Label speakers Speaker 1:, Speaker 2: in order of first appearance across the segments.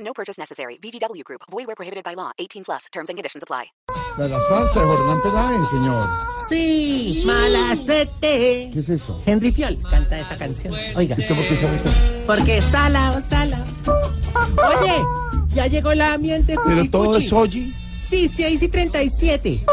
Speaker 1: No purchase necessary. VGW Group. Void where prohibited by law. 18 plus. Terms and conditions apply.
Speaker 2: La de la salsa de Jordán Peláez, señor.
Speaker 3: Sí, malacete.
Speaker 2: ¿Qué es eso?
Speaker 3: Henry Fiol canta esa canción. Oiga,
Speaker 2: ¿Esto por qué se metió?
Speaker 3: porque salao, salao. Oye, ya llegó la miente
Speaker 2: Pero todo es Oji.
Speaker 3: Sí, 6 y 37.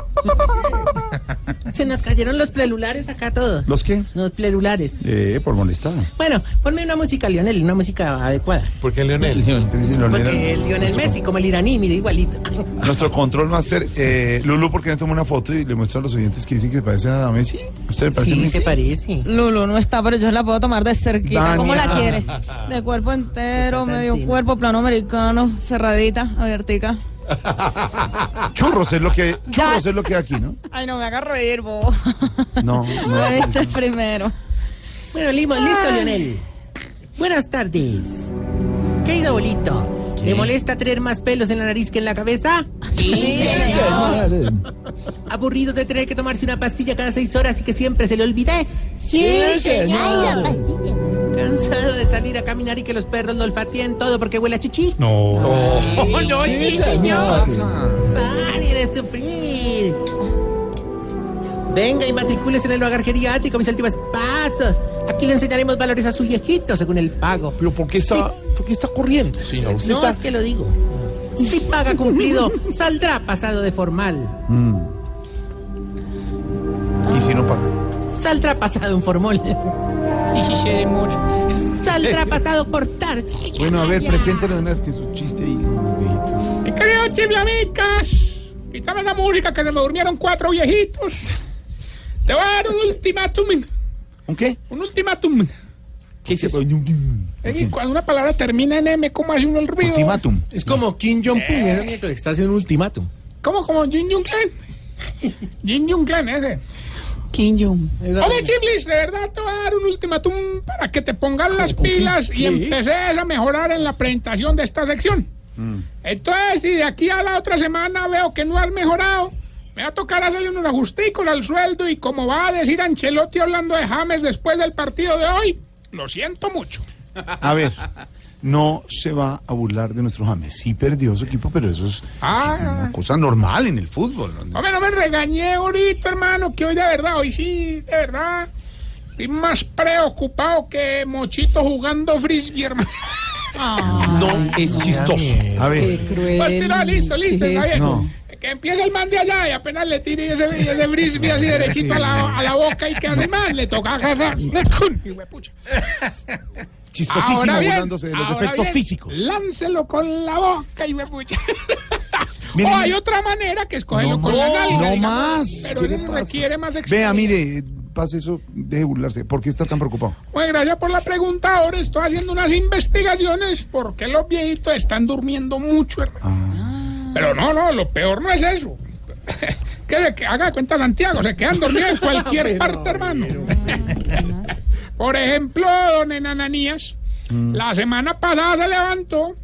Speaker 3: Se nos cayeron los plelulares acá todos.
Speaker 2: ¿Los qué?
Speaker 3: Los plelulares.
Speaker 2: Eh, por molestar.
Speaker 3: Bueno, ponme una música, Lionel, una música adecuada.
Speaker 4: ¿Por qué Leonel?
Speaker 2: Dice Lorena,
Speaker 3: Porque el Lionel Messi, como el iraní, mire, igualito.
Speaker 4: Nuestro control master, eh, Lulu, ¿por qué no toma una foto y le muestra a los oyentes que dicen que se parece a Messi? ¿Usted le parece a
Speaker 3: Sí,
Speaker 4: Messi?
Speaker 3: se parece.
Speaker 5: Lulu no está, pero yo la puedo tomar de cerquita.
Speaker 2: Dania.
Speaker 5: ¿Cómo la quiere? De cuerpo entero,
Speaker 3: Está
Speaker 5: medio
Speaker 3: tantina.
Speaker 5: cuerpo, plano americano, cerradita, abiertica.
Speaker 4: Ah, Churros es lo que
Speaker 5: Ya.
Speaker 4: churros es lo que hay aquí, ¿no?
Speaker 5: Ay, no me hagas reír, bobo.
Speaker 4: No,
Speaker 5: Lo
Speaker 4: no.
Speaker 5: viste primero.
Speaker 3: Bueno, limo- listo, Lionel. Buenas tardes. Querido abuelito, ¿le molesta tener más pelos en la nariz que en la cabeza?
Speaker 5: Sí, señor.
Speaker 3: ¿Aburrido de tener que tomarse una pastilla cada seis horas y que siempre se le olvide?
Speaker 6: Sí, señor. Ay, la pastilla.
Speaker 3: ¿Cansado de salir a caminar y que los perros lo olfateen todo porque huele a chichi?
Speaker 2: No.
Speaker 4: Oh, no, sí, señor.
Speaker 3: ¡Pare de sufrir! Venga y matricúlese en el hogar geriátrico, mis últimos pasos. Aquí le enseñaremos valores a su viejito según el pago.
Speaker 7: Pero ¿por qué está, ¿por qué está corriendo, señor? Usted
Speaker 3: No,
Speaker 7: está...
Speaker 3: es que lo digo. Si paga cumplido, saldrá pasado de formal.
Speaker 4: Y si no paga.
Speaker 3: Saldrá pasado en formal.
Speaker 7: Y si se demora.
Speaker 3: Saldrá pasado por tarde.
Speaker 4: Bueno, a ver, preséntale una vez que es un chiste y viejito.
Speaker 7: Mi querido chiflamicas, quítame la música que me durmieron cuatro viejitos. Te voy a dar un ultimátum,
Speaker 4: ¿Un qué?
Speaker 7: un ultimátum.
Speaker 4: ¿Qué es eso?
Speaker 7: Es que cuando una palabra termina en M, ¿cómo hace uno el ruido?
Speaker 4: Ultimátum.
Speaker 8: Es como Kim Jong-un, es el único que le está haciendo un ultimátum.
Speaker 7: ¿Cómo? Como Jin Jung Clan. Jin Jung Clan, ese. Oye, Chiblis, de verdad te voy a dar un ultimátum para que te pongas las pilas y empeces a mejorar en la presentación de esta sección. Entonces, si de aquí a la otra semana veo que no has mejorado, me va a tocar hacerle unos ajusticos al sueldo y como va a decir Ancelotti hablando de James después del partido de hoy, lo siento mucho.
Speaker 4: A ver, no se va a burlar de nuestro James. Sí perdió su equipo, pero eso es
Speaker 7: Ah.
Speaker 4: es una cosa normal en el fútbol. ¿no?
Speaker 7: Hombre, no me regañé ahorita, hermano, que hoy de verdad, hoy sí, de verdad, estoy más preocupado que Mochito jugando frisbee, hermano.
Speaker 4: No es chistoso. A ver,
Speaker 7: Pues tira, listo, listo, está bien.
Speaker 4: No.
Speaker 7: Que empiece el man de allá y apenas le tire ese, ese brisbee así derechito a, la, a la boca y que hace más, le toca agarrar. Hijuepucha.
Speaker 4: chistosísimo burlándose de los
Speaker 7: ahora
Speaker 4: defectos
Speaker 7: bien,
Speaker 4: físicos.
Speaker 7: Láncelo con la boca y me pucha.
Speaker 4: Mire,
Speaker 7: o hay
Speaker 4: mire.
Speaker 7: otra manera que escogerlo
Speaker 4: No
Speaker 7: con la
Speaker 4: más,
Speaker 7: nalga.
Speaker 4: no
Speaker 7: digamos,
Speaker 4: más.
Speaker 7: Pero
Speaker 4: ¿Qué le
Speaker 7: él
Speaker 4: pasa?
Speaker 7: requiere más
Speaker 4: Vea,
Speaker 7: experiencia.
Speaker 4: mire, pase eso, deje burlarse. ¿Por qué está tan preocupado?
Speaker 7: Bueno, Pues gracias por la pregunta. Ahora estoy haciendo unas investigaciones porque los viejitos están durmiendo mucho, hermano. Pero no, no, lo peor no es eso. que, se que haga cuenta Santiago, se quedan dormidos en cualquier parte, hermano. por ejemplo, don Enananías.
Speaker 4: Mm.
Speaker 7: La semana pasada se levantó,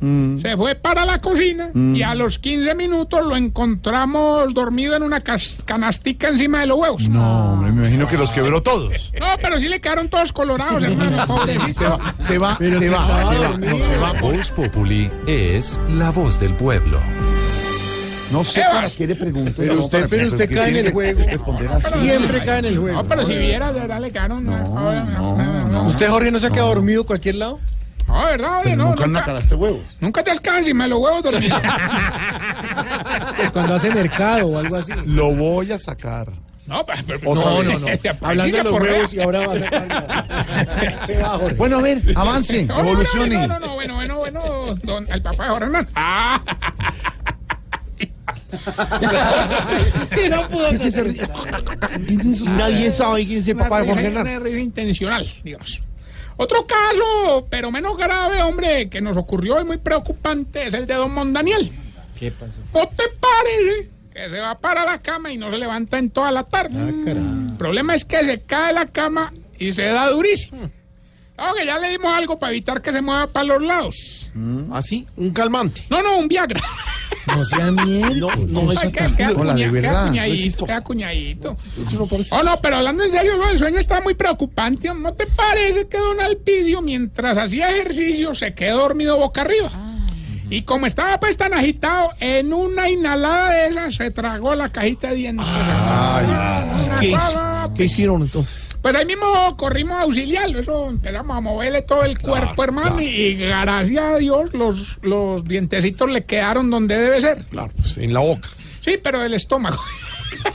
Speaker 7: se fue para la cocina
Speaker 4: Mm.
Speaker 7: y a los 15 minutos lo encontramos dormido en una cas- canastica encima de los huevos.
Speaker 4: No, hombre, me imagino que los quebró todos.
Speaker 7: No, pero sí le quedaron todos colorados, hermano,
Speaker 4: Se
Speaker 7: pobrecito.
Speaker 4: va, se va, se va, se va. No, se va.
Speaker 9: Voz Populi es la voz del pueblo.
Speaker 4: No sé
Speaker 7: Sebas.
Speaker 4: para qué le pregunto.
Speaker 8: Pero
Speaker 4: No,
Speaker 8: usted-
Speaker 4: para-
Speaker 8: pero
Speaker 4: es
Speaker 8: usted
Speaker 4: que
Speaker 8: cae en
Speaker 4: tiene
Speaker 8: el
Speaker 4: que
Speaker 8: juego.
Speaker 4: Responder así.
Speaker 8: Siempre cae en el juego.
Speaker 7: No,
Speaker 3: pues,
Speaker 7: pero si viera, de verdad le quedaron. No,
Speaker 4: no, no.
Speaker 8: ¿Usted, Jorge, no se ha quedado dormido en cualquier lado?
Speaker 7: No, de verdad, oye, no.
Speaker 4: Nunca
Speaker 7: Nunca,
Speaker 4: nacalaste huevos.
Speaker 7: nunca te descanses y me los huevos dormidos.
Speaker 8: Pues cuando hace mercado o algo así.
Speaker 4: Lo voy a sacar.
Speaker 7: No, pues, pero. pero-
Speaker 8: No, no, no.
Speaker 7: Te
Speaker 8: Hablando de los
Speaker 7: por
Speaker 8: huevos y
Speaker 7: real.
Speaker 8: ahora va a sacar. Se va, Jorge.
Speaker 4: Bueno, a ver, avancen,
Speaker 7: No, no, no,
Speaker 4: evolucionen.
Speaker 7: No, no, no, bueno, bueno, bueno. Don, el papá de Jorge Hernán. Ah,
Speaker 8: Que no pudo
Speaker 4: ¿Qué es ese ri- Nadie sabe quién es el papá de Jorge
Speaker 7: una
Speaker 4: Hernán.
Speaker 7: risa intencional, digamos. Otro caso, pero menos grave, hombre, que nos ocurrió y muy preocupante, es el de don Mondaniel.
Speaker 8: ¿Qué pasó?
Speaker 7: No te pares, eh, que se va para la cama y no se levanta en toda la tarde.
Speaker 8: Ah,
Speaker 7: El problema es que se cae la cama y se da durísimo.
Speaker 8: Hmm.
Speaker 7: Claro que ya le dimos algo para evitar que se mueva para los lados.
Speaker 4: Mm,
Speaker 10: ¿Así? ¿Un calmante?
Speaker 7: No, no, un Viagra.
Speaker 8: No sea miel.
Speaker 10: No, no
Speaker 7: Ay,
Speaker 10: es
Speaker 7: queda- queda
Speaker 4: Hola, de
Speaker 7: cuña- queda
Speaker 4: verdad.
Speaker 7: cuñadito,
Speaker 10: Insisto.
Speaker 7: queda cuñadito.
Speaker 10: Eso no parece.
Speaker 7: Oh, no, pero hablando en serio, lo del sueño está muy preocupante. ¿No te parece que Don Alpidio, mientras hacía ejercicio, se quedó dormido boca arriba?
Speaker 10: Ah.
Speaker 7: Y como estaba pues tan agitado, en una inhalada de esas se tragó la cajita de dientes. Una
Speaker 10: ¿Qué, hizo-
Speaker 7: cosa,
Speaker 10: qué hicieron entonces?
Speaker 7: Pues ahí mismo corrimos a auxiliarlo, eso empezamos a moverle todo el cuerpo,
Speaker 10: Ah,
Speaker 7: hermano, y, y gracias a Dios los, los dientecitos le quedaron donde debe ser.
Speaker 10: Claro, pues en la boca.
Speaker 7: Sí, pero del estómago.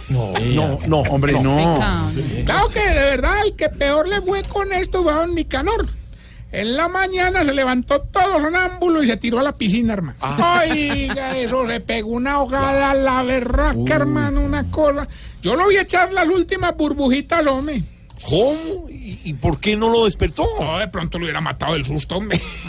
Speaker 10: No, no, no, hombre, no.
Speaker 5: Ah,
Speaker 7: Claro que de verdad el que peor le fue con esto fue a don Nicanor. En la mañana se levantó todo sonámbulo y se tiró a la piscina, hermano.
Speaker 10: Ah.
Speaker 7: Oiga, eso se pegó una ahogada a la berraca, hermano, una cosa. Yo lo vi echar las últimas burbujitas, hombre.
Speaker 10: ¿Cómo? ¿Y, y por qué no lo despertó?
Speaker 7: No, de pronto lo hubiera matado el susto, hombre.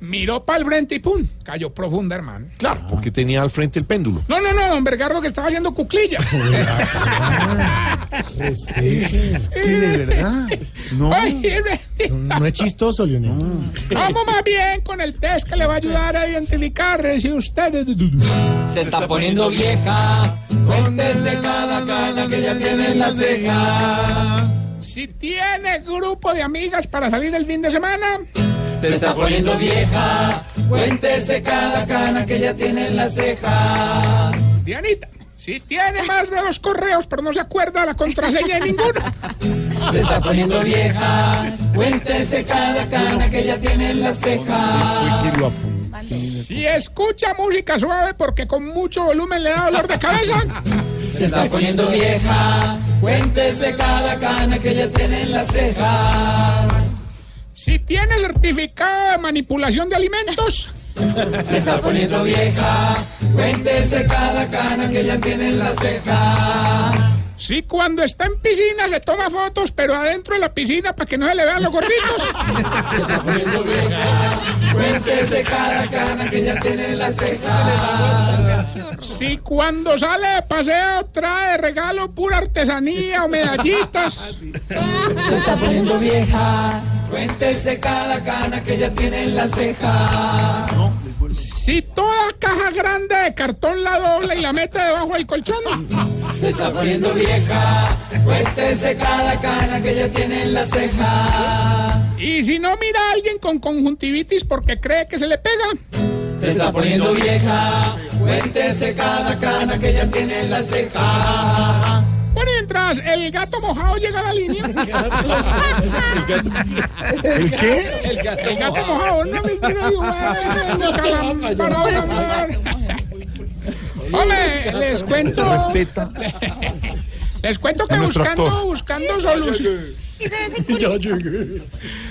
Speaker 7: miró para el frente y ¡pum! Cayó profunda, hermano.
Speaker 10: Claro, porque tenía al frente el péndulo.
Speaker 7: No, no, no, don Bergardo que estaba haciendo cuclillas.
Speaker 2: ¿Qué de verdad? No.
Speaker 7: Ay,
Speaker 8: No es chistoso, Leonel.
Speaker 7: Vamos más bien con el test que le va a ayudar a identificar si usted
Speaker 8: Se está poniendo vieja. Cuéntese cada cana que ya tiene en la ceja.
Speaker 7: si tiene grupo de amigas para salir el fin de semana.
Speaker 8: Se está poniendo vieja. Cuéntese cada cana que ya tiene en la ceja.
Speaker 7: Dianita, si tiene más de dos correos pero no se acuerda la contraseña de ninguno.
Speaker 8: Se está poniendo vieja. Cuéntese cada cana que ya tiene en la ceja.
Speaker 7: Si escucha música suave porque con mucho volumen le da dolor de cabeza.
Speaker 8: Se está poniendo vieja. Cuéntese cada cana que ya tiene en las cejas.
Speaker 7: Si tiene certificado de manipulación de alimentos.
Speaker 8: Se está poniendo vieja. Cuéntese cada cana que ya tiene en las cejas.
Speaker 7: Si cuando está en piscina le toma fotos pero adentro de la piscina para que no se le vean los gorditos.
Speaker 8: Cuéntese cada cana que ya tiene en las cejas.
Speaker 7: Si cuando sale de paseo trae de regalo pura artesanía o medallitas.
Speaker 8: Ah, Se está poniendo vieja. Cuéntese cada cana que ya tiene en las cejas.
Speaker 7: Si toda caja grande de cartón la dobla y la mete debajo del colchón.
Speaker 8: Se está poniendo vieja. Cuéntese cada cana que ya tiene en las cejas.
Speaker 7: Y si no mira a alguien con conjuntivitis porque cree que se le pega.
Speaker 8: Se está poniendo vieja, cuéntese cada cana que ya tiene en la ceja.
Speaker 7: Bueno, y mientras el gato mojado llega a la línea.
Speaker 2: ¿El qué?
Speaker 8: El gato,
Speaker 7: El gato mojado, no me quiero ayudar. Hombre, les cuento,
Speaker 2: Respeta.
Speaker 7: les cuento que
Speaker 4: Es nuestro
Speaker 7: buscando,
Speaker 4: actor.
Speaker 7: buscando soluciones.
Speaker 10: Ya llegué.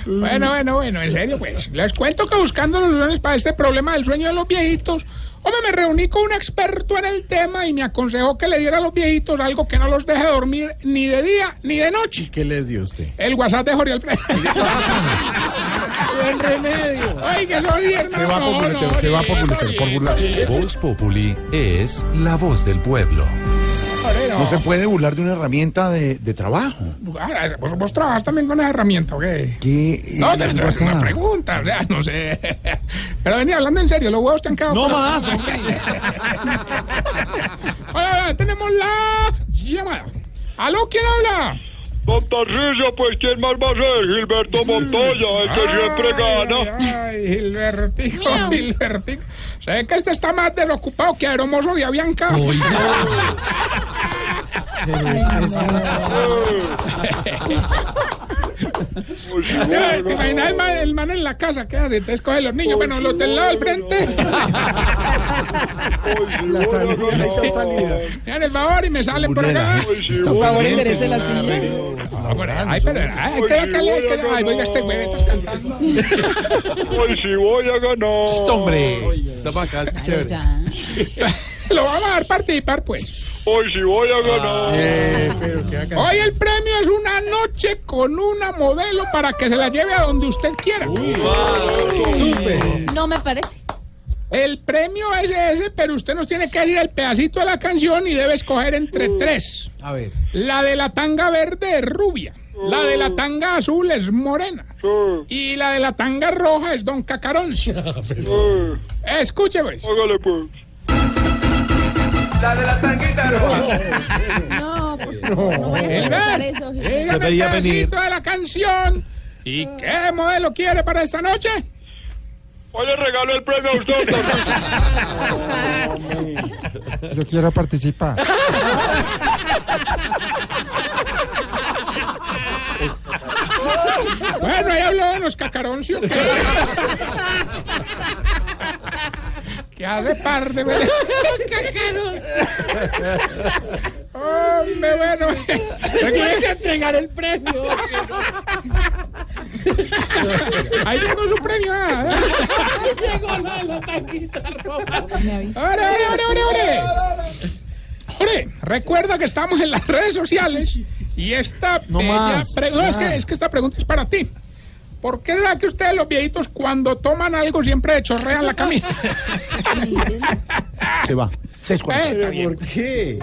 Speaker 7: Bueno, bueno, bueno, en serio, pues. Les cuento que buscando soluciones para este problema del sueño de los viejitos, hombre, me reuní con un experto en el tema y me aconsejó que le diera a los viejitos algo que no los deje dormir ni de día ni de noche.
Speaker 10: ¿Qué les dio usted?
Speaker 7: El WhatsApp de Jorge Alfredo.
Speaker 10: Buen remedio.
Speaker 7: Ay, que no, hermano.
Speaker 4: Se va por
Speaker 7: no,
Speaker 4: burletear, se va por
Speaker 7: no,
Speaker 4: burletear, por burlarse.
Speaker 9: Voz Populi es la voz del pueblo.
Speaker 4: No se puede burlar de una herramienta de, de trabajo.
Speaker 7: Ah, ¿Vos, vos trabajas también con esa herramienta, ¿ok?
Speaker 2: ¿Qué?
Speaker 7: No, te
Speaker 2: el
Speaker 7: te- es una
Speaker 2: WhatsApp?
Speaker 7: pregunta, o sea, no sé. Pero venía hablando en serio, los huevos te han quedado.
Speaker 10: No
Speaker 7: fuera.
Speaker 4: Ah,
Speaker 10: más, hombre.
Speaker 7: Hola, tenemos la llamada. ¿Aló, quién habla?
Speaker 11: Don Tarcisio, pues ¿quién más va a ser? Gilberto Montoya, el que siempre gana.
Speaker 7: Mm. Ay, ay, Gilbertico, Gilbertico. Sé que este está más desocupado que Aeromoso de Avianca. ¿Te imaginas el man, el man en la casa? ¿Qué hace? Entonces coge los niños, bueno, los del lado al frente.
Speaker 10: La salida, la salida.
Speaker 7: Me dan el favor y me salen por acá.
Speaker 10: Está
Speaker 7: Por favor,
Speaker 10: pendiente,
Speaker 7: enderece la
Speaker 10: Burela,
Speaker 7: silla.
Speaker 10: pero-
Speaker 7: Ah, bueno, Ay, pero, ay, queda caliente, queda- Ay, oiga, este güey, estás cantando.
Speaker 11: Hoy sí voy a ganar.
Speaker 10: Esto, Este hombre. Está para acá, chévere.
Speaker 7: Lo vamos a dar participar, pues.
Speaker 11: Hoy sí voy a ganar.
Speaker 7: Hoy el premio es una noche con una modelo para que se la lleve a donde usted quiera.
Speaker 5: No me parece.
Speaker 7: El premio es ese, pero usted nos tiene que decir el pedacito de la canción y debe escoger entre tres.
Speaker 10: A ver.
Speaker 7: La de la tanga verde es rubia. La de la tanga azul es morena. Y la de la tanga roja es Don Cacarón. Escuche, pues.
Speaker 11: La de la tanguita
Speaker 5: No, por favor. No ¿Eh? vayas a
Speaker 7: El
Speaker 5: empezar
Speaker 7: ver,
Speaker 5: eso, Gil.
Speaker 7: dígame
Speaker 10: veía
Speaker 7: el
Speaker 10: venir.
Speaker 7: pedacito de la canción. ¿Y qué modelo quiere para esta noche?
Speaker 11: Hoy le regalo el premio a usted.
Speaker 12: Yo quiero participar.
Speaker 7: Bueno, ahí habló de los cacaroncios. Que, que hace par de veces. Hombre, bueno. Recuerde que entregar el premio. Ahí llegó su premio. ah.
Speaker 10: Llegó la de la tanguita roja.
Speaker 7: ¡Ore, ore, ore, ore! Ore, recuerda que estamos en las redes sociales y esta
Speaker 10: No
Speaker 7: bella
Speaker 10: más,
Speaker 7: pre- no, es, que, es que esta pregunta es para ti. ¿Por qué será que ustedes los viejitos cuando toman algo siempre chorrean la camisa?
Speaker 10: Se va.
Speaker 7: Eh, está bien.
Speaker 10: ¿Por qué?